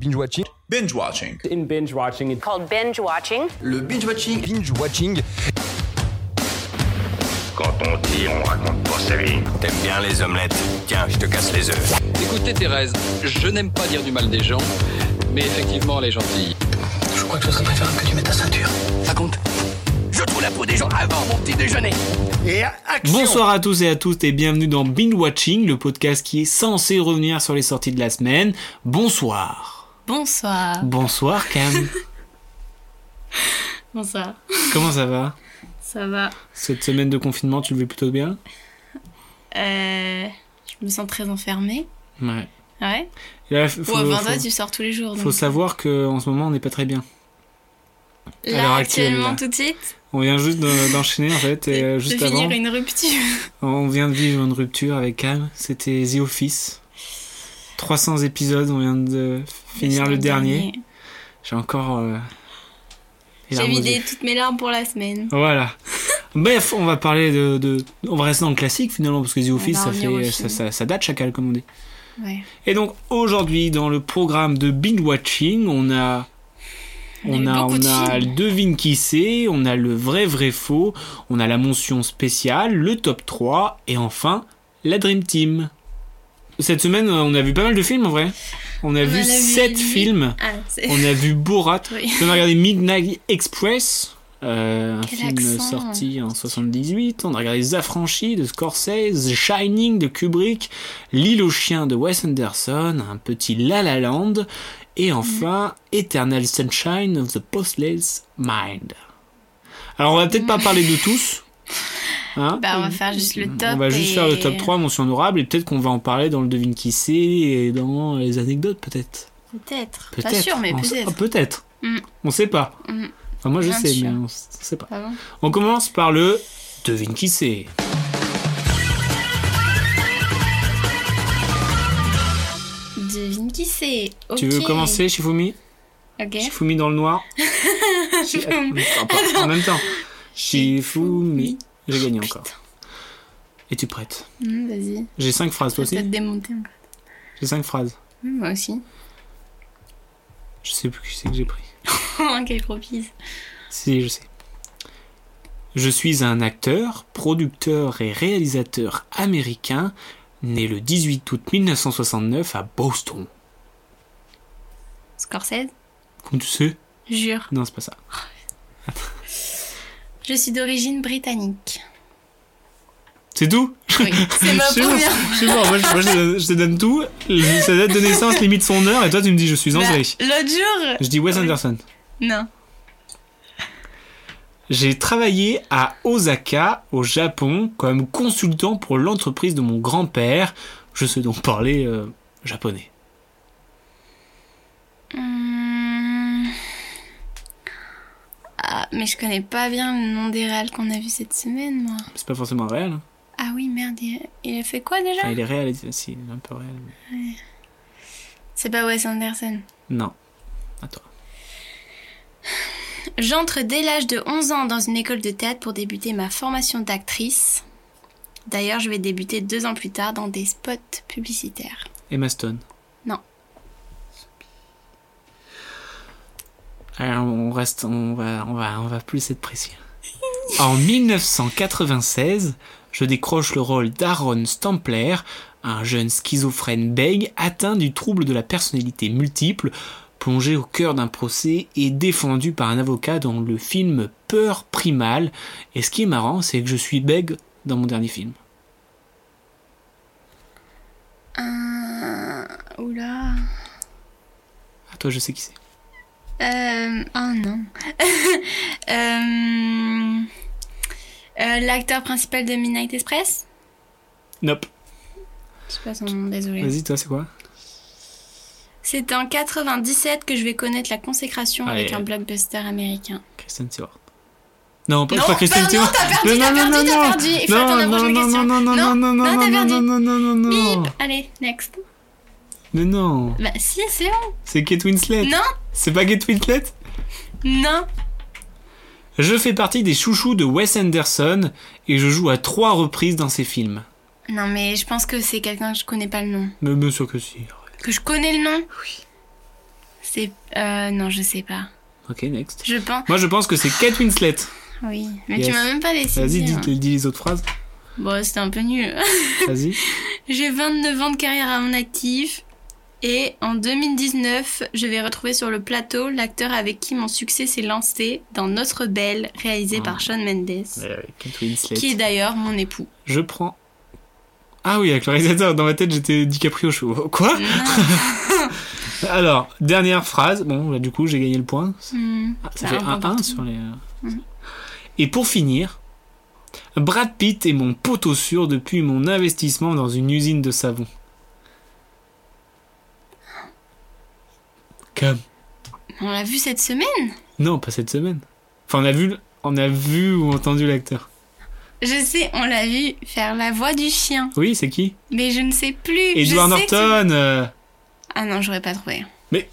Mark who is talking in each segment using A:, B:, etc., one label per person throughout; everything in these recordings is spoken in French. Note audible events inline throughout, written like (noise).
A: Binge watching.
B: Binge watching.
C: In binge watching, it
D: called binge watching.
B: Le binge watching.
A: Binge watching.
E: Quand on dit, on raconte pas sa vie. T'aimes bien les omelettes Tiens, je te casse les œufs.
F: Écoutez Thérèse, je n'aime pas dire du mal des gens, mais effectivement elle est gentille.
G: Je crois que ce serait préférable que tu mettes ta ceinture. Raconte.
E: Je trouve la peau des gens avant mon petit déjeuner.
G: Et action
H: Bonsoir à tous et à toutes et bienvenue dans Binge Watching, le podcast qui est censé revenir sur les sorties de la semaine. Bonsoir.
I: Bonsoir.
H: Bonsoir Cam.
I: Bonsoir.
H: (laughs) Comment ça va
I: Ça va.
H: Cette semaine de confinement, tu le vis plutôt bien
I: Euh, je me sens très enfermée.
H: Ouais.
I: Ouais.
H: Et là, faut,
I: Ou à 20
H: faut-
I: tu sors tous les jours. donc.
H: faut savoir que en ce moment, on n'est pas très bien. à l'heure
I: Là,
H: actuelle,
I: actuellement,
H: là.
I: tout de suite,
H: On vient juste de- (laughs) d'enchaîner en fait, et euh,
I: de
H: juste
I: finir
H: avant,
I: une rupture.
H: on vient de vivre une rupture avec Cam. C'était The Office. 300 épisodes, on vient de
I: (laughs)
H: finir le, dernier. J'ai encore. euh, les
I: J'ai
H: larmes aux yeux.
I: vidé toutes mes larmes pour la semaine.
H: Voilà. Bref, on va parler de, de- On va rester dans le classique finalement, parce que The Office,
I: va
H: ça,
I: revenir au
H: fait, ça,
I: film.
H: ça- ça date chacal, comme on dit.
I: Ouais.
H: Et donc aujourd'hui, dans le programme de Binge Watching, on a.
I: On
H: On
I: a eu
H: a,
I: beaucoup
H: on
I: de
H: a
I: films.
H: devine qui c'est, on a le vrai vrai faux, on a la mention spéciale, le top 3 et enfin la Dream Team. Cette semaine, on a vu pas mal de films en vrai. On a
I: On
H: vu
I: en a vu
H: 7
I: huit.
H: films.
I: Ah,
H: (laughs)
I: c'est.
H: On a vu Borat.
I: (laughs) Oui.
H: On a regardé Midnight Express, euh, un
I: Quel
H: film
I: accent.
H: sorti en 78. On a regardé Les Affranchis de Scorsese, The Shining de Kubrick, L'île aux chiens de Wes Anderson, un petit La La Land, et enfin
I: Mm.
H: Eternal Sunshine of the Postless Mind. Alors on va peut-être pas parler de
I: (laughs)
H: tous. Hein
I: Bah, on va faire juste le top.
H: on va juste
I: et-
H: faire le top 3 mention honorable et peut-être qu'on va en parler dans le devine qui c'est et dans les anecdotes peut-être.
I: Peut-être.
H: Peut-être.
I: Pas sûr, mais
H: On s-
I: peut-être.
H: ah, peut-être.
I: Mm.
H: On sait pas.
I: Mm.
H: Enfin, moi, je
I: Bien
H: sais,
I: sûr.
H: mais on s- on sait pas.
I: Ah bon
H: On commence par le devine qui c'est.
I: Devine qui c'est.
H: Tu veux
I: Ok.
H: commencer, Shifumi
I: Ok.
H: Shifumi dans le
I: (laughs)
H: noir. Shi- Ah, pas- en même temps. Shifumi. J'ai gagné
I: Oh,
H: encore. Es-tu prête
I: Hmm, Vas-y.
H: J'ai 5 phrases,
I: Je
H: toi
I: vais
H: aussi
I: peut-être démonter encore.
H: J'ai 5 phrases.
I: Hmm, Moi aussi. (laughs)
H: Je sais plus qui c'est que j'ai pris.
I: Quelle gros bise.
H: Si, je sais. Je suis un acteur, producteur et réalisateur américain, né le 18 août 1969 à Boston.
I: Scorsese
H: Comment tu sais
I: Jure.
H: Non, c'est pas ça.
I: Je suis d'origine britannique.
H: C'est tout
I: Oui, c'est ma
H: Je sais pas,
I: première.
H: Je sais pas, moi, je, moi, je te donne- je te donne tout, le- sa date de naissance, limite son heure, et toi tu me dis je suis
I: Bah,
H: anglais.
I: L'autre jour
H: Je dis Wes Anderson.
I: Non.
H: J'ai travaillé à Osaka, au Japon, comme consultant pour l'entreprise de mon grand-père. Je sais donc parler euh, japonais.
I: Hum. Ah, mais je connais pas bien le nom des réals qu'on a vu cette semaine, moi.
H: C'est pas forcément réel. hein.
I: Ah oui, merde, il il a fait quoi déjà
H: Enfin, il est réel, il- si, il est un peu réel. mais-
I: C'est pas Wes Anderson.
H: Non. Attends.
I: J'entre dès l'âge de 11 ans dans une école de théâtre pour débuter ma formation d'actrice. D'ailleurs, je vais débuter deux ans plus tard dans des spots publicitaires.
H: Emma Stone.
I: Non.
H: Alors, on reste, on va, on va, on va plus être précis. En 1996, je décroche le rôle d'Aaron Stampler, un jeune schizophrène bègue atteint du trouble de la personnalité multiple, plongé au cœur d'un procès et défendu par un avocat dans le film Peur primale. Et ce qui est marrant, c'est que je suis bègue dans mon dernier film.
I: Euh... Oula.
H: Ah, toi, je sais qui c'est.
I: Euh... Ah non. (laughs) Euh, euh, L'acteur principal de Midnight Express
H: Nope.
I: Je sais pas son nom, désolé.
H: Vas-y, toi, c'est quoi
I: C'est en 97 que je vais connaître la consécration
H: Ah,
I: avec
H: et-
I: un blockbuster américain.
H: Kristen Stewart. Non, pas,
I: Non,
H: pas Kristen
I: bah
H: Stewart.
I: non, t'as perdu, t'as perdu, t'as perdu. Il faut attendre la prochaine
H: non,
I: question.
H: non, non, non, non,
I: Non,
H: non,
I: non, t'as
H: non,
I: perdu.
H: non, non, non, non, non.
I: Bip Allez, next.
H: Mais non,
I: Bah si, c'est bon.
H: c'est Kate Winslet.
I: Non,
H: C'est pas Kate Winslet
I: non.
H: Je fais partie des chouchous de Wes Anderson et je joue à trois reprises dans ses films.
I: Non, mais je pense que c'est quelqu'un que je connais pas le nom.
H: Mais bien sûr que si.
I: Que je connais le nom C'est. Euh, non, je sais pas.
H: Ok, next.
I: Je pense.
H: Moi, je pense que c'est Kate Winslet.
I: Oui. Mais
H: Yes.
I: tu m'as même pas laissé.
H: Vas-y,
I: dire.
H: dis, dis les autres phrases.
I: Bon, c'était un peu nul.
H: Vas-y.
I: J'ai 29 ans de carrière à mon actif. Et en 2019, je vais retrouver sur le plateau l'acteur avec qui mon succès s'est lancé dans Notre Belle, réalisé
H: Ah.
I: par Sean Mendes,
H: Euh, Kate Winslet.
I: qui est d'ailleurs mon époux.
H: Je prends. Ah oui, avec le réalisateur. Dans ma tête, j'étais DiCaprio. Je... suis- oh, Quoi
I: Non. Ah.
H: (laughs) Alors, dernière phrase. Bon, bah, du coup, j'ai gagné le point.
I: Hmm.
H: Ah, ça
I: Ça
H: fait
I: va, Mhm. on va
H: 1-1
I: partout.
H: sur les. euh, Et pour finir, Brad Pitt est mon poteau sûr depuis mon investissement dans une usine de savon. Comme.
I: On l'a vu cette semaine
H: Non, pas cette semaine. Enfin, on a vu, on a vu ou entendu l'acteur.
I: Je sais, on l'a vu faire la voix du chien,
H: Oui, c'est qui
I: mais je ne sais plus. Je
H: Edward
I: sais que c'est-
H: Norton euh,
I: Ah non, j'aurais pas trouvé.
H: Mais-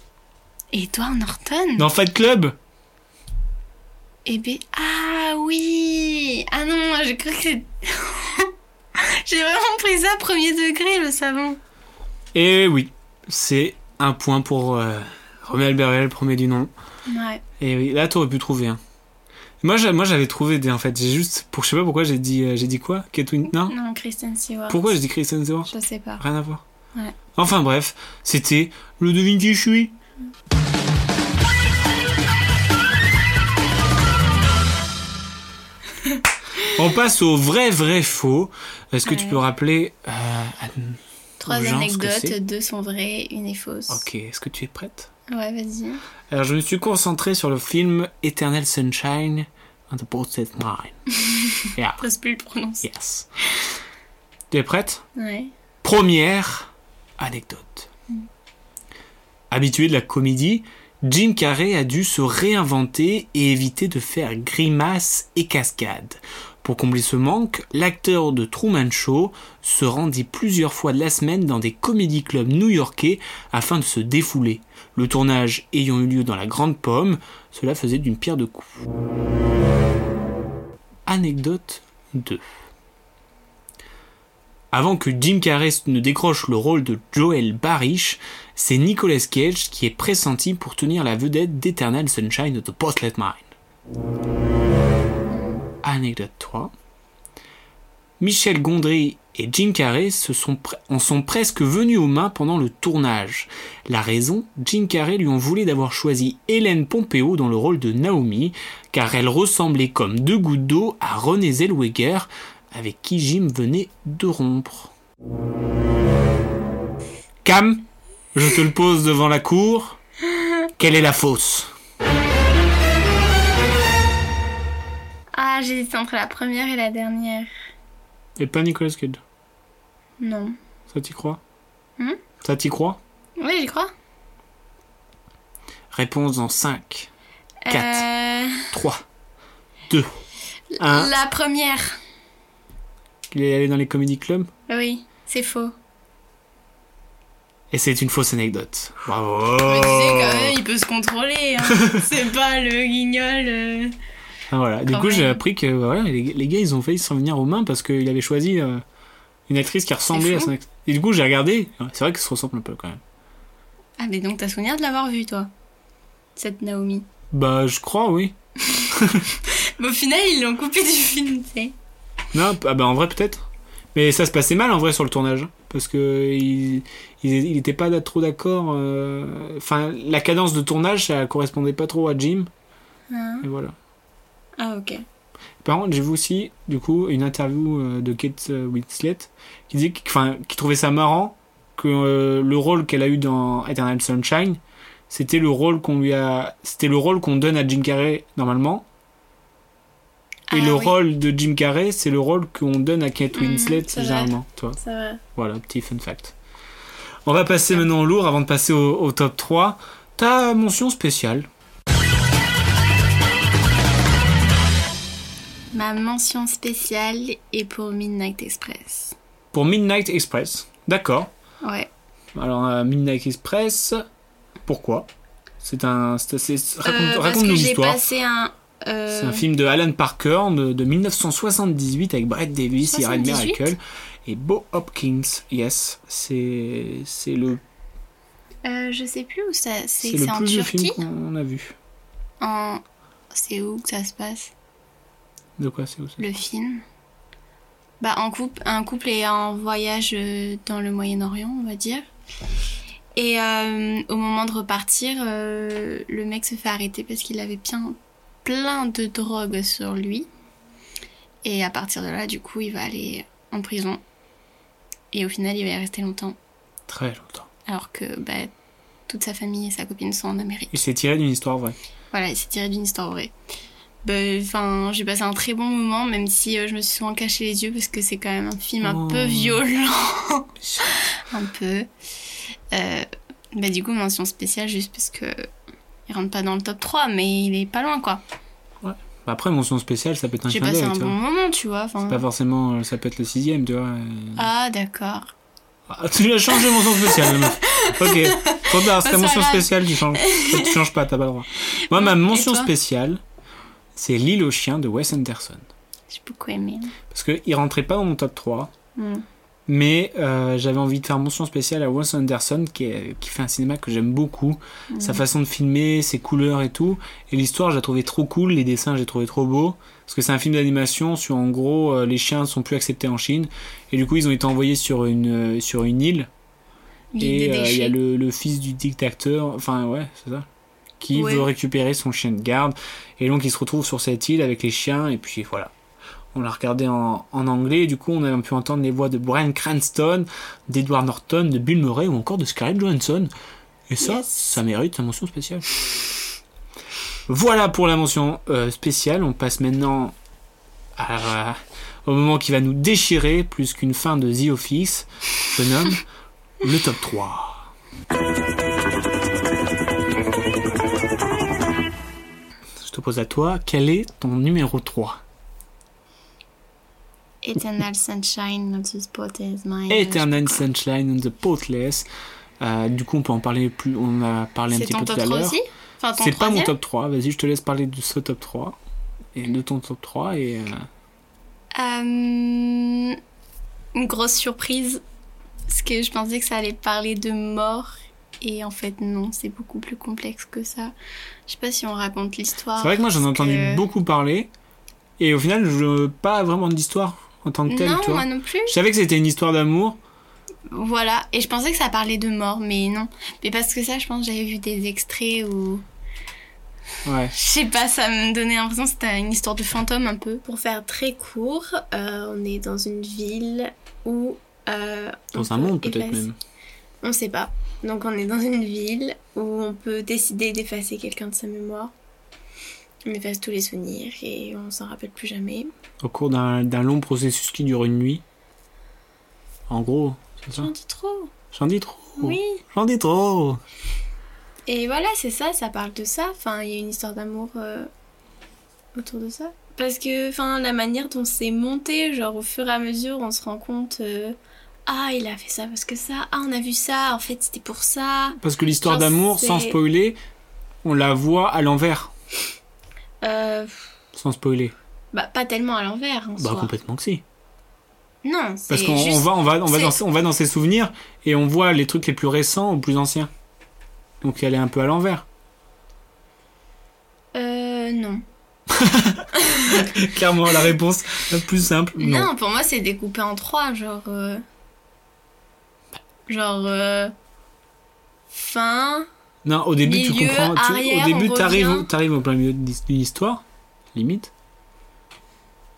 I: Edward Norton
H: dans Fight Club.
I: Eh ben... Ah oui Ah non, moi, j'ai cru que c'était... (laughs) j'ai vraiment pris ça premier degré, le savon.
H: Et oui, c'est un point pour euh, Romuald Berriel, premier du nom.
I: Ouais.
H: Et oui, là, t'aurais pu trouver. Hein. Moi, j'a- moi, j'avais trouvé des, en fait. J'ai juste, pour je sais pas pourquoi j'ai dit, euh, j'ai dit quoi, Kate Win- Non.
I: Non, Kristen Stewart.
H: Pourquoi Hein? j'ai dit Kristen Stewart
I: Je sais pas.
H: Rien à voir.
I: Ouais.
H: Enfin bref, c'était le devine qui je
I: (laughs)
H: suis. On passe au vrai vrai faux. Est-ce que tu
I: Ouais.
H: peux rappeler euh, à-
I: Trois
H: Genre, ce que
I: anecdotes,
H: c'est
I: deux sont vraies, une est fausse.
H: Ok, est-ce que tu es prête
I: Ouais, vas-y.
H: Alors, je me suis concentré sur le film Eternal Sunshine and the Spotless Mind. yeah,
I: J'ose plus le prononcer.
H: yes. Tu es prête
I: Ouais.
H: Première anecdote. Habitué de la comédie, Jim Carrey a dû se réinventer et éviter de faire grimaces et cascades. Pour combler ce manque, l'acteur de Truman Show se rendit plusieurs fois de la semaine dans des comédie clubs new-yorkais afin de se défouler. Le tournage ayant eu lieu dans la Grande Pomme, cela faisait d'une pierre deux coups. Anecdote 2. Avant que Jim Carrey ne décroche le rôle de Joel Barish, c'est Nicolas Cage qui est pressenti pour tenir la vedette d'Eternal Sunshine of the Spotless Mind. Anecdote 3. Michel Gondry et Jim Carrey se sont pre- en sont presque venus aux mains pendant le tournage. La raison, Jim Carrey lui en voulait d'avoir choisi Hélène Pompeo dans le rôle de Naomi, car elle ressemblait comme deux gouttes d'eau à René Zellweger, avec qui Jim venait de rompre. Cam, je te le pose devant la cour. Quelle est la fausse
I: Ah, j'hésite entre la première et la dernière.
H: Et pas Nicolas Cage.
I: Non.
H: Ça t'y croit
I: Hmm
H: Ça t'y croit
I: Oui, j'y crois.
H: Réponse en 5, 4,
I: Euh,
H: 3, 2, 1.
I: La première.
H: Il est allé dans les comédie clubs
I: Oui, c'est faux.
H: et c'est une fausse anecdote. Bravo
I: Mais tu sais, quand même, il peut se contrôler. hein. (laughs) c'est pas le guignol. euh.
H: Ah, voilà. Du
I: Quand
H: coup, j'ai
I: même.
H: appris que bah, voilà, les, les gars, ils ont failli s'en venir aux mains parce qu'il avait choisi euh, une actrice qui ressemblait à
I: fou.
H: son actrice. Et du coup, j'ai regardé. Ouais, C'est vrai qu'ils se ressemblent un peu quand même.
I: Ah, mais donc t'as souvenir de l'avoir vu, toi Cette Naomi.
H: Bah, je crois, oui.
I: Mais au final, ils l'ont coupé du film, tu sais.
H: Non, p- ah bah en vrai peut-être. Mais ça se passait mal en vrai sur le tournage. hein, Parce que il, il, il était pas d'a- trop d'accord. euh, Enfin, la cadence de tournage, ça correspondait pas trop à Jim.
I: Hein
H: Et voilà.
I: Ah, ok.
H: Par contre, j'ai vu aussi, du coup, une interview euh, de Kate euh, Winslet qui disait qu'- enfin, qui trouvait ça marrant que euh, le rôle qu'elle a eu dans Eternal Sunshine, c'était le rôle qu'on lui a, c'était le rôle qu'on donne à Jim Carrey normalement. Et
I: Ah,
H: le
I: oui.
H: rôle de Jim Carrey, c'est le rôle qu'on donne à Kate
I: Mhm,
H: Winslet
I: c'est vrai.
H: généralement, tu vois.
I: Ça va.
H: Voilà, petit fun fact. On va passer maintenant au lourd avant de passer au, au top 3. Ta mention spéciale.
I: Ma mention spéciale est pour Midnight Express.
H: Pour Midnight Express. D'accord.
I: Ouais.
H: Alors, euh, Midnight Express, pourquoi C'est un. c'est- c'est- raconte-
I: Euh, parce
H: Raconte-nous
I: que j'ai
H: l'histoire.
I: passé un. euh,
H: C'est un film de Alan Parker de, de 1978 avec Brett Davis, Ira
I: 78?
H: Miracle et Bo Hopkins. Yes, c'est c'est le
I: Euh, je sais plus où ça. C'est
H: le
I: c'est en
H: plus vieux film
I: Turquie
H: qu'on a vu.
I: En. C'est où que ça se passe
H: De quoi c'est où ça
I: le film bah en couple un couple est en voyage euh, dans le Moyen-Orient on va dire et euh, au moment de repartir euh, le mec se fait arrêter parce qu'il avait bien plein de drogue sur lui et à partir de là du coup il va aller en prison et au final il va y rester longtemps
H: Très longtemps.
I: alors que bah toute sa famille et sa copine sont en Amérique
H: Il s'est tiré d'une histoire vraie.
I: voilà, c'est tiré d'une histoire vraie. Ben, Enfin, j'ai passé un très bon moment, même si euh, je me suis souvent caché les yeux parce que c'est quand même un film un
H: Oh.
I: peu violent, (laughs) un peu. Euh, bah du coup, mention spéciale juste parce que il rentre pas dans le top 3, mais il est pas loin quoi.
H: Bah Après, mention spéciale, ça peut être un
I: J'ai
H: clin
I: passé
H: d'œil,
I: un
H: tu
I: bon
H: vois.
I: moment, tu vois.
H: C'est
I: Enfin,
H: pas forcément, euh, ça peut être le sixième, tu vois. euh.
I: ah d'accord.
H: Ah, tu as changé mention spéciale, la meuf. Ok,
I: (laughs)
H: trop tard, c'est ta
I: Bah, c'est
H: mention
I: pas grave.
H: spéciale, tu
I: (laughs)
H: changes. tu changes pas, t'as pas le droit. Moi, ma
I: Et
H: mention
I: toi
H: spéciale, c'est L'île aux chiens de Wes Anderson.
I: J'ai beaucoup aimé.
H: Parce qu'il rentrait pas dans mon top 3,
I: Mm.
H: mais euh, j'avais envie de faire mention spéciale à Wes Anderson, qui, est- qui fait un cinéma que j'aime beaucoup.
I: Hmm.
H: Sa façon de filmer, ses couleurs et tout. Et l'histoire, je la trouvais trop cool, les dessins, j'ai trouvé trop beaux. Parce que c'est un film d'animation sur, en gros, euh, les chiens ne sont plus acceptés en Chine. Et du coup, ils ont été envoyés sur une, euh, sur une île.
I: L'île
H: Et euh,
I: des
H: il y a
I: déchets.
H: le, le fils du dictateur, enfin ouais, c'est ça, qui
I: Ouais.
H: veut récupérer son chien de garde. Et donc il se retrouve sur cette île avec les chiens, et puis voilà. On l'a regardé en, en anglais, et du coup on a pu entendre les voix de Brian Cranston, d'Edward Norton, de Bill Murray ou encore de Scarlett Johansson. Et ça,
I: Yes.
H: ça mérite une mention spéciale. Voilà pour la mention euh, spéciale. On passe maintenant à- euh, au moment qui va nous déchirer plus qu'une fin de The Office. Je nomme le top 3. Je te pose à toi, quel est ton numéro 3
I: Eternal Sunshine of the Spotless Mind.
H: Eternal
I: Sunshine.
H: Sunshine and the Potless. Euh, du coup, on peut en parler plus. On a parlé un
I: C'est
H: petit
I: ton
H: peu tout
I: top
H: à
I: 3
H: l'heure.
I: aussi Enfin, ton
H: C'est pas mon
I: troisième
H: top 3. Vas-y, je te laisse parler de ce top 3 et de ton top 3 et euh,
I: Euh, une grosse surprise, parce que je pensais que ça allait parler de mort, et en fait non, c'est beaucoup plus complexe que ça. Je sais pas si on raconte l'histoire.
H: C'est vrai que moi j'en ai
I: parce
H: entendu
I: que-
H: beaucoup parler et au final je pas vraiment d'histoire en tant que telle,
I: non,
H: tu vois.
I: moi non plus.
H: Je savais que c'était une histoire d'amour.
I: Voilà, et je pensais que ça parlait de mort, mais non. Mais parce que ça, je pense que j'avais vu des extraits ou...
H: Ouais.
I: Je sais pas, ça me donnait l'impression que c'était une histoire de fantôme un peu. Pour faire très court, euh, on est dans une ville où... euh, on
H: Dans un monde peut-être
I: effacer-
H: même.
I: On sait pas. Donc on est dans une ville où on peut décider d'effacer quelqu'un de sa mémoire. On efface tous les souvenirs et on s'en rappelle plus jamais.
H: Au cours d'un d'un long processus qui dure une nuit. En gros, c'est ça
I: J'en dis trop.
H: J'en dis trop.
I: Oui.
H: J'en dis trop.
I: Et voilà, c'est ça, ça parle de ça. Enfin, il y a une histoire d'amour euh, autour de ça. Parce que, enfin, la manière dont c'est monté, genre au fur et à mesure, on se rend compte. euh, ah, il a fait ça parce que ça. Ah, on a vu ça. En fait, c'était pour ça.
H: Parce que l'histoire
I: Genre,
H: d'amour,
I: c'est-
H: sans spoiler, on la voit à l'envers.
I: Euh,
H: Sans spoiler.
I: bah, pas tellement à l'envers. En
H: Bah
I: soi.
H: complètement que si.
I: Non,
H: Parce
I: c'est
H: qu'on on
I: juste-
H: va, on va, on va,
I: c'est-
H: dans, on va dans ses souvenirs et on voit les trucs les plus récents ou plus anciens. Donc elle est un peu à l'envers.
I: Euh, non.
H: (laughs) Clairement, la réponse la plus simple, non.
I: Non, pour moi, c'est découpé en trois, genre. euh, Genre. euh, Fin.
H: Non, au début, tu
I: Milieu,
H: comprends. tu-
I: arrière,
H: au début,
I: on
H: t'arrives,
I: revient.
H: t'arrives au plein milieu d'hi- d'une histoire, limite,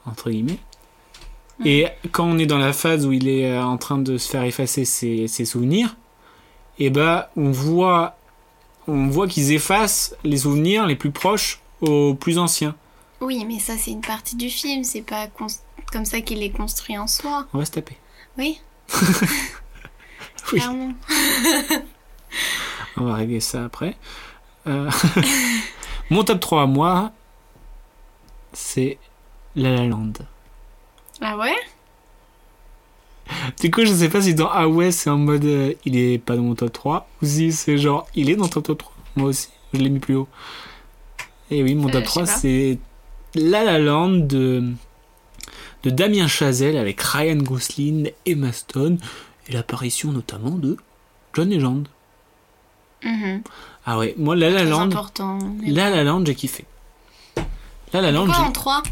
H: entre guillemets. Et quand on est dans la phase où il est euh, en train de se faire effacer ses, ses souvenirs, et bah, on voit, on voit qu'ils effacent les souvenirs les plus proches aux plus anciens.
I: Oui, mais ça, c'est une partie du film, c'est pas cons- comme ça qu'il est construit en soi.
H: On va se taper.
I: Oui.
H: Oui.
I: Clairement.
H: On va régler ça après. Euh, (laughs) Mon top 3 à moi, c'est La La Land.
I: Ah ouais
H: Du coup, je sais pas si dans Ah ouais, c'est en mode euh, il est pas dans mon top 3 ou si c'est genre il est dans ton top 3. Moi aussi, je l'ai mis plus haut. Et oui, mon
I: Euh,
H: top
I: je
H: 3,
I: sais pas.
H: c'est La La Land de, de Damien Chazelle avec Ryan Gosling, Emma Stone et l'apparition notamment de John Legend.
I: Mhm.
H: Ah ouais, moi La La
I: Très
H: Land,
I: important. mais-
H: La La Land, j'ai kiffé. La La Land,
I: Pourquoi
H: j'ai-
I: en 3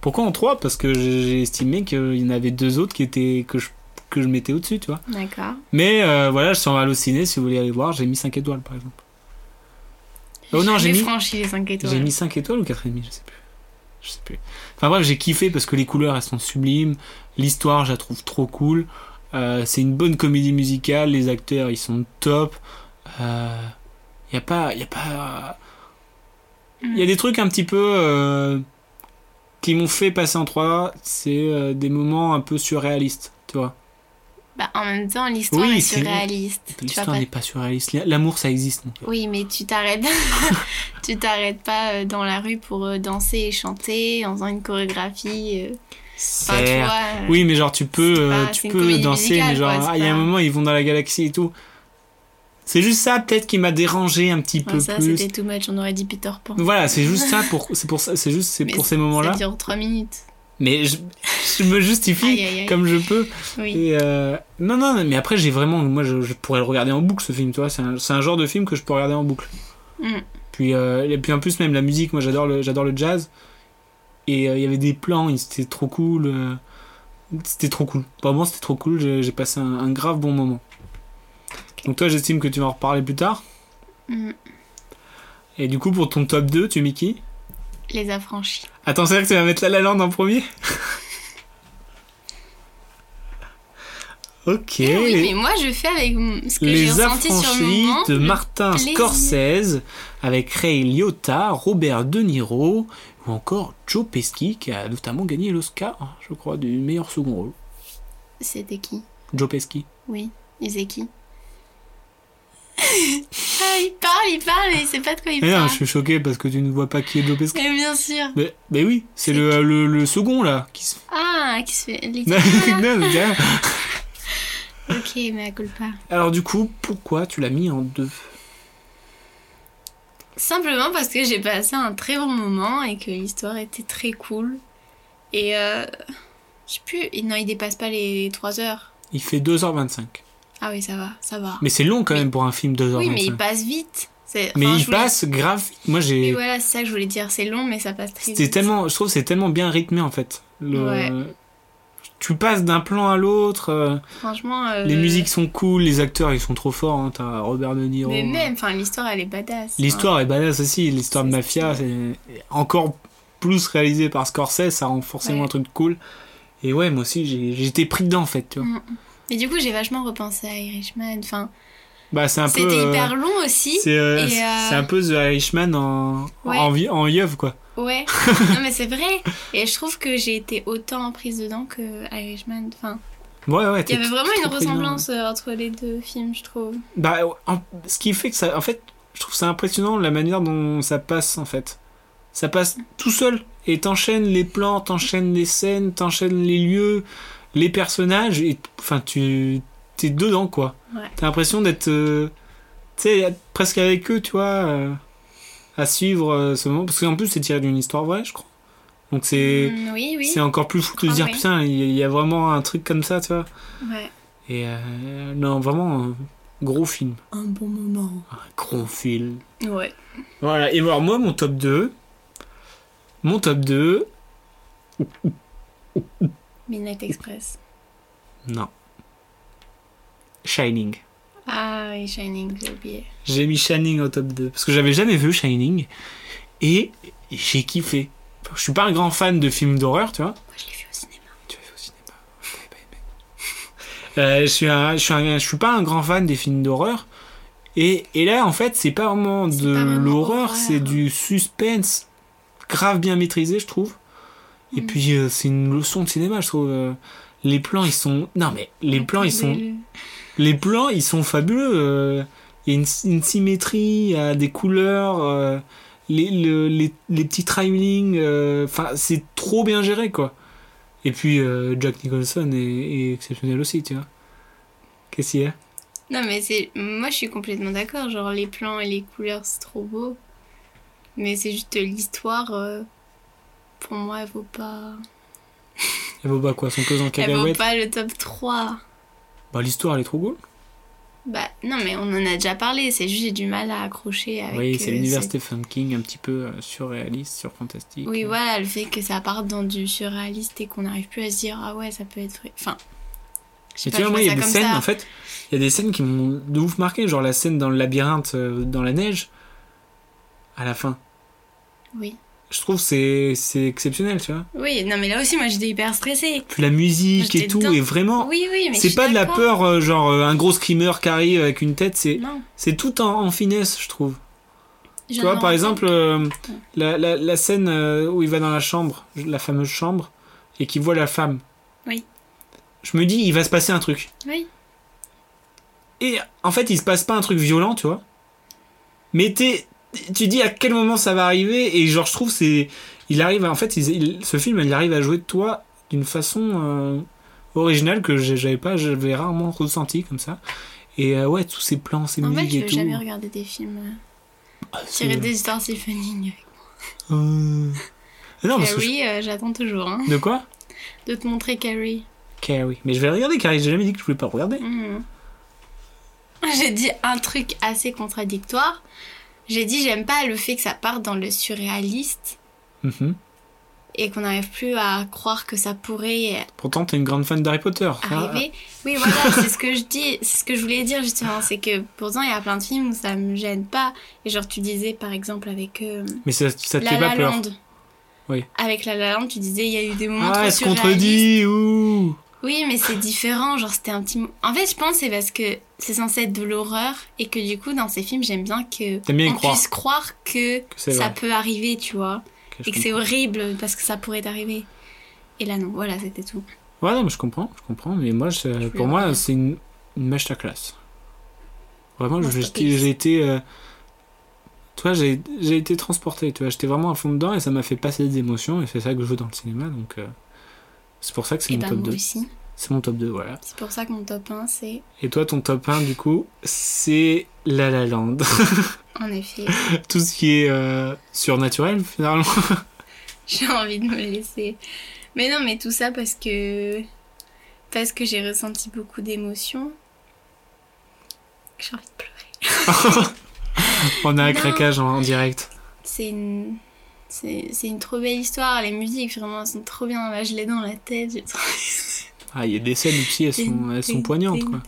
H: pourquoi en trois Parce que j'ai estimé qu'il y en avait deux autres qui étaient que je que je mettais au-dessus, tu vois.
I: D'accord.
H: Mais euh, voilà, je suis en halluciné, si vous voulez aller voir, j'ai mis 5 étoiles par exemple. Oh non, j'ai mis,
I: franchi les 5 étoiles.
H: j'ai mis 5 étoiles ou 4,5, je sais plus. Je sais plus. Enfin bref, j'ai kiffé parce que les couleurs elles sont sublimes, l'histoire je la trouve trop cool, Euh, c'est une bonne comédie musicale, les acteurs ils sont top. Il y a pas. Y a pas. Il y a des trucs un petit peu. euh, qui m'ont fait passer en 3, c'est euh, des moments un peu surréalistes, tu vois.
I: Bah, en même temps, l'histoire
H: Oui,
I: est
H: c'est-
I: surréaliste. Tu vas
H: L'histoire
I: pas...
H: n'est pas surréaliste. L'amour ça existe. mon gars.
I: Oui, mais tu t'arrêtes. (laughs) tu t'arrêtes pas euh, dans la rue pour euh, danser et chanter en faisant une chorégraphie. euh. Enfin, tu
H: Certes.
I: vois, euh,
H: Oui, mais genre tu peux,
I: C'est pas-
H: euh,
I: c'est
H: tu
I: une
H: peux
I: comédie
H: danser,
I: musicale,
H: mais genre
I: quoi, c'est
H: ah, il y a un
I: pas-
H: moment ils vont dans la galaxie et tout. C'est juste ça peut-être qui m'a dérangé un petit
I: enfin,
H: peu
I: ça,
H: plus.
I: c'était too much. On aurait dit Peter Pan.
H: Voilà, c'est juste
I: (laughs)
H: ça pour c'est pour ça c'est juste c'est
I: Mais
H: pour ces
I: ça
H: moments-là.
I: dure 3 minutes.
H: Mais je, (laughs) je me justifie
I: Aïe, aïe, aïe.
H: comme je peux.
I: Oui.
H: Et euh, non non mais après j'ai vraiment moi je, je pourrais le regarder en boucle ce film tu vois c'est un, c'est un genre de film que je peux regarder en boucle.
I: Mm.
H: Puis euh, et puis en plus même la musique moi j'adore le j'adore le jazz et euh, il y avait des plans et c'était trop cool euh, c'était trop cool vraiment c'était trop cool j'ai j'ai passé un, un grave bon moment. Donc toi j'estime que tu vas en reparler plus tard
I: Mm.
H: et du coup pour ton top 2 tu mets qui
I: Les affranchis.
H: Attends c'est vrai que tu vas mettre La La Land en premier (laughs) Ok.
I: Ah oui, mais moi, je fais avec mm, ce que j'ai
H: Les
I: ressenti sur le
H: affranchis
I: moment.
H: de Martin
I: plaisir.
H: Scorsese avec Ray Liotta, Robert De Niro ou encore Joe Pesci qui a notamment gagné l'Oscar, je crois, du meilleur second rôle.
I: C'était qui
H: Joe Pesci.
I: Oui, il faisait qui (laughs) Ah, il parle, il parle, mais il sait pas de quoi il
H: Mais non,
I: parle.
H: Eh, hein, je suis choqué parce que tu ne vois pas qui est Joe Pesci.
I: Mais bien sûr.
H: Mais, mais oui, c'est le, euh, le, le second là qui se.
I: Ah, qui se fait
H: (laughs) Non,
I: l'italien, là
H: c'est bien.
I: Ok, mais à culpa.
H: Alors du coup, pourquoi tu l'as mis en deux
I: Simplement parce que j'ai passé un très bon moment et que l'histoire était très cool. Et euh. Je sais plus. il- Non, il dépasse pas les 3 heures.
H: Il fait 2h25.
I: Ah oui, ça va, ça va.
H: Mais c'est long quand même pour un film 2h25.
I: oui, mais il passe vite. C'est-
H: Mais
I: enfin,
H: il
I: je voulais-
H: passe grave. Moi j'ai.
I: Oui, voilà, c'est ça que je voulais dire. C'est long, mais ça passe très vite.
H: C'était tellement, je trouve, que c'est tellement bien rythmé en fait. Le-
I: Ouais.
H: Tu passes d'un plan à l'autre. euh,
I: Franchement.
H: Les
I: euh,
H: musiques sont cool, les acteurs ils sont trop forts. hein, T'as Robert De Niro.
I: Mais même, enfin, l'histoire, elle est badass. hein.
H: L'histoire est badass aussi. L'histoire de
I: C'est
H: mafia, c'est encore plus réalisée par Scorsese, ça rend forcément
I: Ouais.
H: un truc cool. Et ouais, moi aussi j'ai- j'étais pris dedans en fait. Tu vois.
I: Mm. Mais du coup, j'ai vachement repensé à Irishman. Enfin,
H: Bah c'est un peu.
I: c'était
H: euh,
I: hyper long aussi.
H: C'est euh,
I: et, euh,
H: c'est un peu The Irishman en
I: Ouais.
H: en, vie- en yeuf quoi. (laughs)
I: Ouais. non, mais c'est vrai. Et je trouve que j'ai été autant prise dedans que Irishman. Enfin,
H: Ouais ouais.
I: il y
H: t'es
I: avait
H: tout-
I: vraiment
H: tout pris dedans,
I: une
H: ouais.
I: ressemblance euh, entre les deux films, je trouve.
H: Bah, en- ce qui fait que ça. En fait, je trouve ça impressionnant la manière dont ça passe, en fait. Ça passe tout seul. Et t'enchaînes les plans, t'enchaînes les scènes, t'enchaînes les lieux, les personnages. Et enfin, tu. T'es dedans, quoi.
I: Ouais.
H: T'as l'impression d'être. euh, tu sais, presque avec eux, tu vois. euh, à suivre euh, ce moment. Parce qu'en plus, c'est tiré d'une histoire vraie, je crois. Donc c'est.
I: Mm, oui, oui.
H: C'est encore plus fou de se
I: Ah
H: dire,
I: ouais.
H: putain, il y, il y a vraiment un truc comme ça, tu vois.
I: Ouais.
H: Et euh, non, vraiment, un gros film.
I: Un bon moment.
H: Un gros film.
I: Ouais.
H: Voilà, et alors moi, mon top 2. Mon top 2.
I: Midnight Express.
H: Non. Shining.
I: Ah oui, Shining, j'ai oublié.
H: J'ai mis Shining au top 2. Parce que j'avais jamais vu Shining. Et j'ai kiffé. Je suis pas un grand fan de films d'horreur, tu vois.
I: Moi, je l'ai vu au cinéma.
H: Tu vas au cinéma. T'avais pas aimé. (laughs) Euh, je, suis un- je, suis un- je suis pas un grand fan des films d'horreur. Et, et là, en fait, c'est pas vraiment
I: C'est
H: de
I: pas vraiment
H: l'horreur,
I: horreur.
H: c'est du suspense grave bien maîtrisé, je trouve. Et
I: Mm.
H: puis, euh, c'est une leçon de cinéma, je trouve. Euh, Les plans, ils sont. Non, mais les plans, ils sont.
I: Attendez-le.
H: Les plans, ils sont fabuleux. euh, Il y a une, une symétrie, il y a des couleurs, euh, les, le- les, les petits travelling. euh, Enfin, c'est trop bien géré, quoi. Et puis, euh, Jack Nicholson est, est exceptionnel aussi, tu vois. Qu'est-ce qu'il y a
I: Non, mais c'est. Moi, je suis complètement d'accord. Genre, les plans et les couleurs, c'est trop beau. Mais c'est juste l'histoire. euh, Pour moi, elle vaut pas.
H: Elle vaut pas quoi Son pose en
I: Elle vaut
H: cacahuète
I: pas le top 3.
H: Bah, l'histoire, elle est trop cool.
I: Bah non, mais on en a déjà parlé. C'est juste j'ai du mal à accrocher avec.
H: oui, c'est
I: euh,
H: l'univers
I: ce-
H: Stephen King, un petit peu euh, surréaliste, surfantastique.
I: Oui,
H: Euh,
I: voilà, le fait que ça parte dans du surréaliste et qu'on n'arrive plus à se dire ah ouais, ça peut être. vrai. Enfin. je sais
H: Mais
I: pas,
H: tu vois,
I: je
H: moi,
I: vois
H: il y a
I: ça
H: des
I: comme
H: scènes,
I: ça.
H: en fait, il y a des scènes qui m'ont de ouf marqué, genre la scène dans le labyrinthe, euh, dans la neige, à la fin.
I: Oui.
H: Je trouve que c'est c'est exceptionnel, tu vois.
I: Oui, non, mais là aussi, moi, j'étais hyper stressée.
H: Puis la musique
I: J'étais
H: et tout,
I: dedans.
H: et vraiment,
I: Oui, oui, mais. je
H: c'est
I: suis
H: pas de la
I: d'accord.
H: peur, euh, genre euh, un gros screamer qui arrive avec une tête, c'est
I: Non.
H: c'est tout en, en finesse, je trouve.
I: je
H: Tu
I: viens
H: vois,
I: de me
H: par
I: rendre
H: exemple, euh, la, la, la scène euh, où il va dans la chambre, la fameuse chambre, et qu'il voit la femme.
I: Oui.
H: Je me dis, il va se passer un truc.
I: compte. Oui.
H: Et en fait, il se passe pas un truc violent, tu vois. Mais t'es- tu dis à quel moment ça va arriver, et genre, je trouve, c'est. Il arrive, à- en fait, il- il- ce film, il arrive à jouer de toi d'une façon euh, originale que j'ai- j'avais pas, j'avais rarement ressenti comme ça. Et euh, ouais, tous ces plans, ces
I: En fait,
H: musiques
I: je
H: et
I: veux
H: tout.
I: jamais regarder des films
H: Ah,
I: euh,
H: c'est-
I: tirés des histoires siphoning.
H: Euh, Non, parce que. je-
I: Carrie, euh, j'attends toujours, hein,
H: De quoi
I: de te montrer Carrie.
H: Carrie. Mais je vais regarder Carrie, j'ai jamais dit que je voulais pas regarder.
I: Mhm. J'ai dit un truc assez contradictoire. J'ai dit j'aime pas le fait que ça parte dans le surréaliste
H: Mhm.
I: et qu'on n'arrive plus à croire que ça pourrait
H: Pourtant, t'es une grande fan d'Harry Potter. Ah,
I: arriver. Oui, voilà, (laughs) c'est ce que je dis, c'est ce que je voulais dire justement, c'est que pourtant il y a plein de films où ça me gêne pas. Et genre tu disais par exemple avec euh,
H: Ah, Mais ça, ça te
I: La
H: fait
I: La
H: pas peur.
I: Land.
H: Oui.
I: Avec La La Land, tu disais il y a eu des moments
H: ah,
I: trop
H: elle se contredit Ouh
I: Oui, mais c'est différent, genre c'était un petit mo- En fait, je pense que c'est parce que c'est censé être de l'horreur et que du coup dans ces films, j'aime bien que
H: T'aimes bien y
I: on
H: croire.
I: puisse croire que
H: Que c'est
I: ça
H: vrai.
I: peut arriver, tu vois,
H: Ok, je
I: et que c'est horrible parce que ça pourrait t'arriver. Et là non, voilà, c'était tout.
H: comprends. Ouais, non, mais je comprends, je comprends. Mais moi, je- pour
I: le
H: moi,
I: regarder.
H: c'est une, une masterclass. Vraiment, je- j'étais-
I: Masterpiece.
H: j'ai été. euh, Tu vois, j'ai j'ai été transporté. Tu vois, j'étais vraiment à fond dedans et ça m'a fait passer des émotions et c'est ça que je veux dans le cinéma. Donc, euh, c'est pour ça que c'est
I: Et
H: mon
I: ben
H: top
I: moi
H: 2.
I: aussi.
H: C'est mon top 2, voilà.
I: C'est pour ça que mon top 1 c'est
H: Et toi, ton top 1, du coup, c'est La La Land. (laughs)
I: en effet,
H: tout ce qui est euh, surnaturel finalement.
I: (laughs) j'ai envie de me laisser. Mais non, mais tout ça parce que parce que j'ai ressenti beaucoup d'émotions. J'ai envie de pleurer.
H: On a un
I: Non.
H: craquage en, en direct.
I: C'est une... C'est c'est une trop belle histoire, les musiques vraiment elles sont trop bien, là je l'ai dans la tête. j'ai trop-
H: Ah, il y a des scènes aussi, elles sont, elles
I: (laughs)
H: sont poignantes quoi.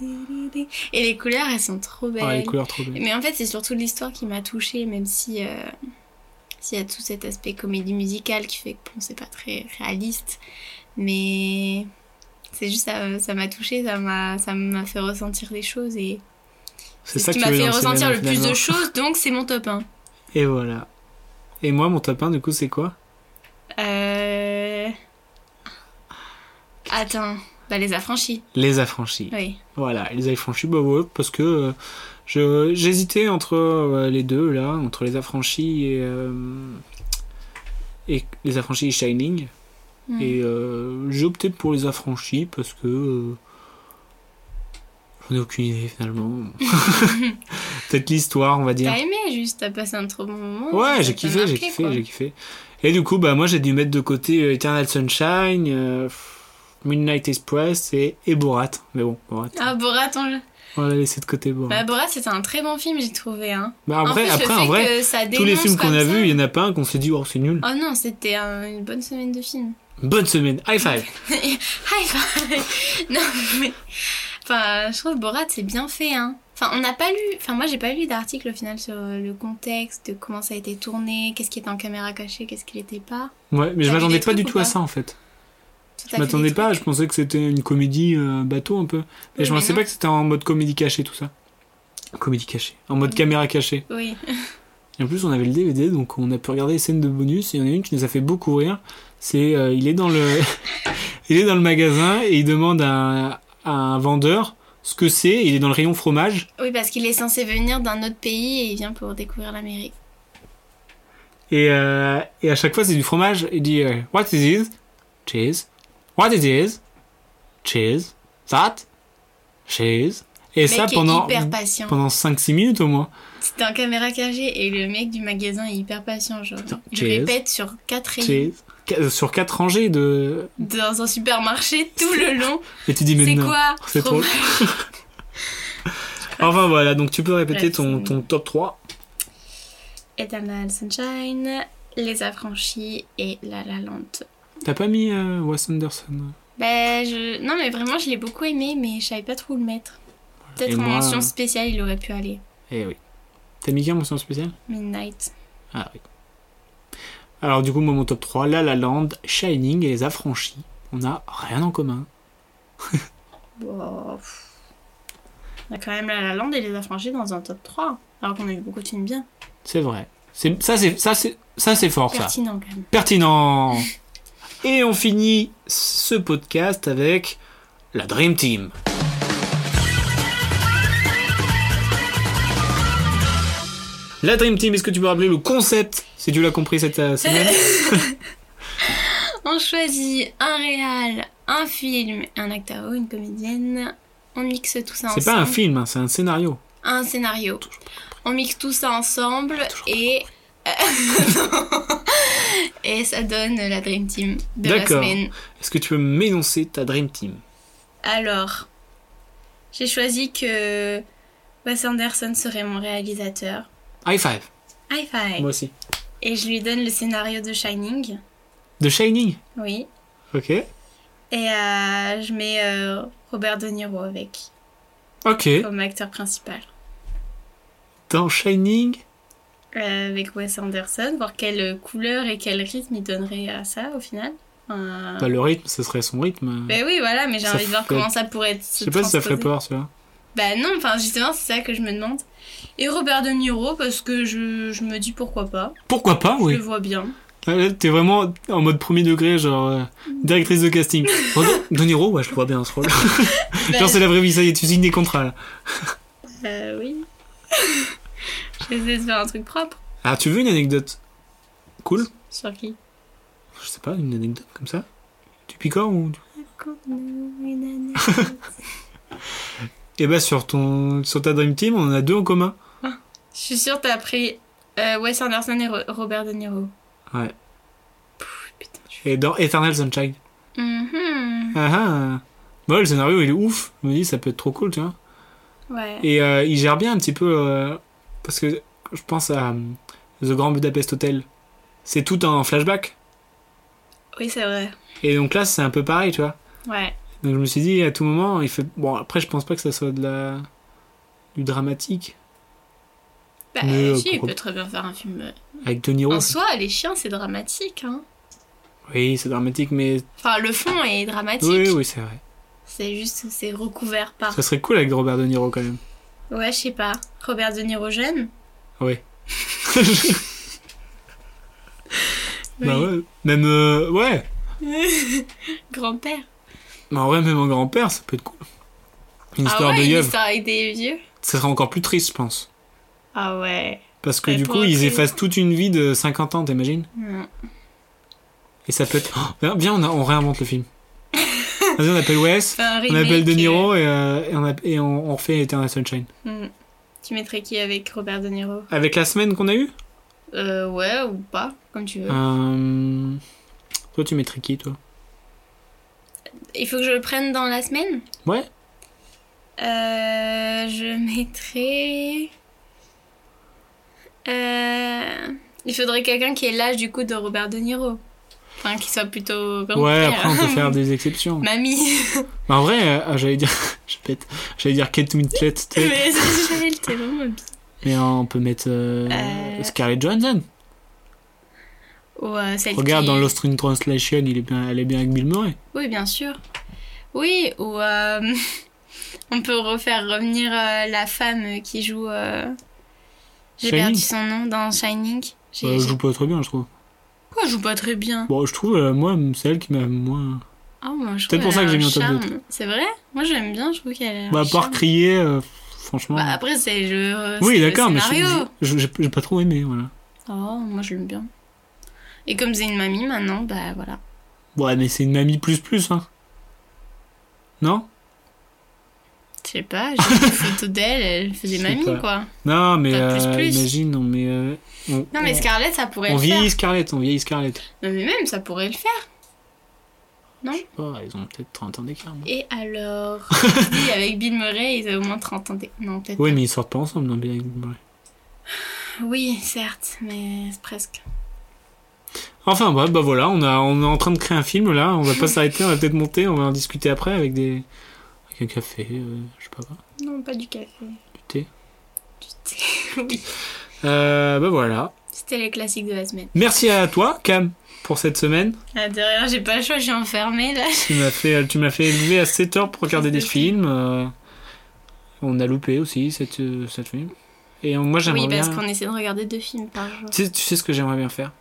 I: Et les couleurs elles sont trop belles.
H: Ah, les couleurs trop belles.
I: Mais en fait c'est surtout l'histoire qui m'a touchée, même si euh, s'il y a tout cet aspect comédie musicale qui fait que bon, c'est pas très réaliste. Mais c'est juste ça ça m'a touchée, ça m'a ça m'a fait ressentir des choses et
H: C'est
I: ce
H: ça
I: qui
H: que tu
I: m'a
H: veux
I: fait
H: dans
I: ressentir
H: cinéma,
I: le plus de
H: finalement.
I: choses, donc c'est mon top 1.
H: Et voilà. Et moi, mon top 1, du coup, c'est quoi
I: Euh... Attends, bah les affranchis,
H: Les affranchis.
I: oui.
H: Voilà, les affranchis, bah ouais, parce que euh, je- j'hésitais entre euh, les deux là, entre les affranchis et. euh, et les affranchis et Shining.
I: Mm.
H: Et euh, j'ai opté pour les affranchis parce que. euh, J'en ai aucune idée
I: (laughs)
H: finalement. (laughs) Peut-être l'histoire, on va dire.
I: T'as aimé juste, t'as passé un trop bon moment. Oh, ça
H: Ouais, j'ai
I: t'a
H: kiffé, j'ai
I: marqué,
H: kiffé,
I: quoi.
H: j'ai kiffé. Et du coup, bah moi j'ai dû mettre de côté euh, Eternal Sunshine, euh, Midnight Express et, et Borat. Mais bon, Borat,
I: Ah Borat, on l'a-
H: on l'a laissé de côté Borat.
I: bah, Borat c'était un très bon film j'ai trouvé. Hein.
H: Bah, en
I: En
H: vrai,
I: plus,
H: après,
I: le fait
H: en vrai,
I: que ça
H: tous les
I: dénonce
H: films qu'on
I: comme
H: a
I: ça-
H: vus, il y en a pas un qu'on s'est dit, oh, c'est nul.
I: Oh non, c'était un- une bonne semaine de films. (laughs)
H: Bonne semaine, high five.
I: High five (laughs) Non mais... Enfin, je trouve Borat c'est bien fait hein. Enfin, on n'a pas lu... Enfin, moi j'ai pas lu d'article au final sur euh, le contexte, de comment ça a été tourné, qu'est-ce qui était en caméra cachée, qu'est-ce qui l'était pas.
H: Ouais, mais je
I: T'as vu
H: m'attendais
I: des
H: pas
I: trucs
H: du
I: ou
H: tout à
I: pas
H: ça en fait.
I: Tout
H: Je
I: à fait
H: m'attendais
I: des
H: pas, je
I: trucs.
H: pensais que c'était une comédie euh, bateau un peu. Et
I: Oui,
H: je
I: mais
H: pensais
I: non.
H: pas que c'était en mode comédie cachée tout ça. Comédie cachée, en
I: Mm.
H: mode caméra cachée.
I: Oui.
H: Et en plus, on avait le DVD, donc on a pu regarder les scènes de bonus. Et il y en a une qui nous a fait beaucoup rire. C'est, euh, il est dans le, (laughs) il est dans le magasin et il demande à, à un vendeur ce que c'est. Il est dans le rayon fromage
I: Oui, parce qu'il est censé venir d'un autre pays et il vient pour découvrir l'Amérique.
H: et, euh, et à chaque fois c'est du fromage. Il dit euh, What is this? Cheese. What is this? Cheese. That? Cheese. Et
I: Le
H: ça
I: mec
H: pendant
I: est hyper patient.
H: pendant 5-6 minutes au moins.
I: C'était en caméra cachée et le mec du magasin est hyper patient. Genre, il
H: cheers.
I: répète sur quatre rayons
H: Cheese. Qu- Sur quatre rangées de.
I: dans un supermarché tout le long.
H: Et tu dis mais
I: C'est
H: non.
I: quoi
H: C'est trop.
I: Fromage.
H: En Enfin voilà, donc tu peux répéter
I: Ouais,
H: ton,
I: c'est-
H: ton top 3.
I: Eternal Sunshine, Les Affranchis et La La Land.
H: T'as pas mis euh, Wes Anderson
I: Ben, je... Non, mais vraiment, je l'ai beaucoup aimé, mais je savais pas trop où le mettre.
H: Et
I: Peut-être en
H: moi, euh,
I: mention spéciale, il aurait pu aller.
H: Eh oui. T'as mis quelle mention spéciale
I: Midnight.
H: Ah oui. Alors du coup, moi, mon top 3, La La Land, Shining et Les Affranchis. On n'a rien en commun.
I: Bon, pff. On a quand même La La Land et Les Affranchis dans un top 3. Alors qu'on a eu beaucoup de films bien.
H: C'est vrai. C'est, ça, c'est, ça, c'est, ça, c'est fort, ça.
I: Pertinent, quand même.
H: Pertinent. Et on finit ce podcast avec la Dream Team. La Dream Team, est-ce que tu peux rappeler le concept Si tu l'as compris cette euh, semaine.
I: On choisit un réal, un film, un acteur ou une comédienne. On mixe tout ça ensemble.
H: C'est pas un film, hein, c'est un scénario.
I: un scénario. On mixe tout ça ensemble et euh, (laughs) et ça donne la dream team de la
H: D'accord.
I: semaine.
H: Est-ce que tu peux m'énoncer ta Dream Team
I: Alors, j'ai choisi que Wes Anderson serait mon réalisateur.
H: High five.
I: High five.
H: Moi aussi.
I: Et je lui donne le scénario de Shining.
H: The Shining.
I: Oui.
H: Ok.
I: Et euh, je mets euh, Robert De Niro avec
H: Ok.
I: comme acteur principal.
H: Dans Shining,
I: Euh, avec Wes Anderson, voir quelle couleur et quel rythme il donnerait à ça au final. Euh,
H: bah, le rythme, ce serait son rythme.
I: Ben oui, voilà, mais j'ai
H: Bah Ça
I: envie de voir
H: ferait-
I: comment ça pourrait être.
H: Je sais pas si ça ferait
I: pas.
H: peur, tu vois.
I: Bah non, enfin justement, c'est ça que je me demande. Et Robert De Niro, parce que je, je me dis pourquoi pas.
H: Pourquoi pas, oui.
I: Je le vois bien.
H: Là, là, T'es vraiment en mode premier degré, genre euh, directrice de casting. Regarde, De Niro, ouais, je le vois bien ce rôle.
I: Bah,
H: genre c'est la vraie vie, ça y est, tu signes des contrats. Là.
I: euh, oui. (laughs) J'essaie de faire un truc propre.
H: Ah, tu veux une anecdote cool
I: Sur qui
H: Je sais pas, une anecdote comme ça Tu picores ou (laughs) Et bah sur ton, sur ta dream team, on en a deux en commun.
I: Je suis sûre t'as pris euh, Wes Anderson et Ro- Robert De Niro.
H: Ouais.
I: Pff, putain.
H: Et dans Eternal Sunshine.
I: Mhm.
H: Ah ah. Bah ouais, le scénario il est ouf. Je me dis ça peut être trop cool, tu vois.
I: Ouais.
H: Et euh, il gère bien un petit peu. euh, parce que je pense à euh, The Grand Budapest Hotel. C'est tout en flashback.
I: Oui, c'est vrai.
H: Et donc là, c'est un peu pareil, tu vois.
I: Ouais.
H: Donc je me suis dit, à tout moment, il fait. Bon, après, je pense pas que ça soit de la. du dramatique.
I: Bah,
H: Mais, euh, Oh,
I: si, il
H: pourquoi-
I: peut très bien faire un film. euh,
H: Avec De Niro.
I: En soi, les chiens, c'est dramatique. Hein.
H: Oui, c'est dramatique, mais.
I: Enfin, le fond est dramatique.
H: Oui, oui, c'est vrai.
I: C'est juste, c'est recouvert par.
H: Ça serait cool avec Robert De Niro quand même.
I: Ouais, je sais pas. Robert De Niro jeune. (laughs)
H: Oui. (laughs) Bah ouais. Même. euh, ouais.
I: Grand-père.
H: Bah en vrai, même en grand-père, ça peut être cool. Une histoire
I: ah ouais,
H: de
I: une
H: Yev.
I: histoire avec des vieux.
H: Ça serait encore plus triste, je pense.
I: Ah ouais.
H: Parce que
I: Ouais,
H: du
I: pour
H: coup,
I: un
H: ils
I: prix.
H: effacent toute une vie de 50 ans, t'imagines
I: Mm.
H: Et ça peut être. Oh, viens, viens, on, a- on réinvente le film. Vas-y, on appelle Wes,
I: Enfin, un
H: on
I: remake,
H: appelle De
I: euh,
H: Niro et, euh, et on, a- et on- on refait Eternal Sunshine.
I: mm. Tu mettrais qui avec Robert De Niro
H: Avec la semaine qu'on a eue
I: Euh, ouais, ou pas, comme tu veux.
H: Ah. Euh, Toi, tu mettrais qui, toi
I: Il faut que je le prenne dans la semaine
H: Ouais
I: Euh, je mettrais. Euh... Il faudrait quelqu'un qui ait l'âge du coup de Robert De Niro. Enfin, qui soit plutôt. grand
H: Ouais,
I: père.
H: après, on peut faire des exceptions. (laughs)
I: Mamie.
H: Bah, en vrai, euh, j'allais dire. (laughs) je pète. J'allais dire Kate
I: (laughs)
H: Winslet, tu sais. (laughs)
I: Mais Isabelle, t'es vraiment bi.
H: Mais euh, on peut mettre euh,
I: Euh,
H: Scarlett Johansson.
I: Ou euh, celle
H: Regarde,
I: qui-
H: dans Lost in Translation, il est bien, elle est bien avec Bill Murray.
I: Oui, bien sûr. Oui, ou euh, (laughs) on peut refaire revenir euh, la femme qui joue. euh, J'ai
H: Shining.
I: perdu son nom dans Shining. J'ai-
H: Euh, elle
I: j'ai-
H: joue pas très bien, je trouve.
I: Pourquoi elle joue pas très bien
H: Bon, je trouve, euh, moi, c'est elle qui m'a moins.
I: Ah, moi, je
H: Peut-être pour
I: trouve
H: ça
I: qu'elle
H: que j'ai
I: a
H: mis
I: un
H: en top
I: charme.
H: deux.
I: C'est vrai Moi, j'aime bien, je trouve qu'elle a.
H: Bah,
I: un
H: à part
I: charme.
H: crier, euh, franchement.
I: Bah, après, c'est le. euh,
H: oui,
I: c'est le
H: d'accord, mais je-
I: scénario.
H: je- j'ai j'ai pas trop aimé, voilà.
I: Oh, moi, je l'aime bien. Et comme c'est une mamie maintenant, bah voilà.
H: Ouais, mais c'est une mamie plus plus, hein. Non
I: Je sais
H: (laughs)
I: pas, j'ai des photos d'elle, elle faisait
H: Je sais
I: mamie
H: pas.
I: quoi.
H: Non, mais
I: Pas plus
H: euh,
I: plus.
H: imagine, on met. euh, on,
I: Non, mais
H: on-
I: Scarlett, ça pourrait
H: on
I: le faire.
H: vieillit Scarlett, on vieillit Scarlett.
I: Non, mais même, ça pourrait le faire. Non.
H: Je sais pas, Oh, ils ont peut-être 30 ans d'écart. non
I: Et
H: (laughs)
I: alors Oui, avec Bill Murray, ils ont au moins 30 ans. d'é- Non, peut-être.
H: Oui, mais ils sortent pas ensemble dans Bill Murray.
I: pas. Oui, certes, mais c'est presque.
H: Enfin bref, bah voilà, on, a, on est en train de créer un film là, on va
I: (laughs)
H: pas s'arrêter, on va peut-être monter, on va en discuter après avec des. avec un café, euh, je sais pas quoi,
I: Non, pas du café.
H: du thé.
I: Du thé. oui.
H: Euh, bah voilà.
I: C'était les classiques de la semaine.
H: Merci à toi, Cam, pour cette semaine.
I: Ah, de rien, j'ai pas le choix, je suis enfermée là.
H: Tu m'as fait, euh, tu m'as fait lever à 7 heures pour regarder des films. euh, on a loupé aussi cette, euh, cette film. Et euh, moi j'aimerais
I: Oui, parce
H: bien.
I: qu'on essaie de regarder deux films par jour.
H: Tu sais, tu sais ce que j'aimerais bien faire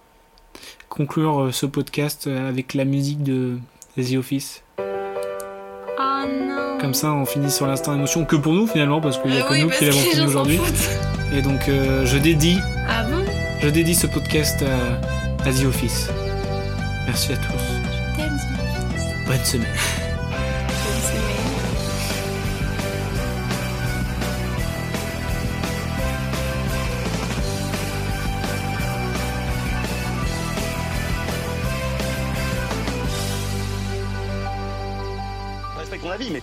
H: Conclure euh, ce podcast euh, avec la musique de The Office.
I: Oh non
H: Comme ça, on finit sur l'instant émotion que pour nous finalement, parce qu'il n'y a
I: Euh,
H: que nous
I: parce
H: qui l'avons
I: que les gens
H: fini
I: s'en
H: aujourd'hui.
I: foutent.
H: Et donc, euh, je dédie,
I: Ah bon
H: je dédie ce podcast à, à The Office. Merci à tous.
I: T'aimes ça
H: Bonne semaine.
I: Bonne semaine.
A: Je respecte ton avis, mais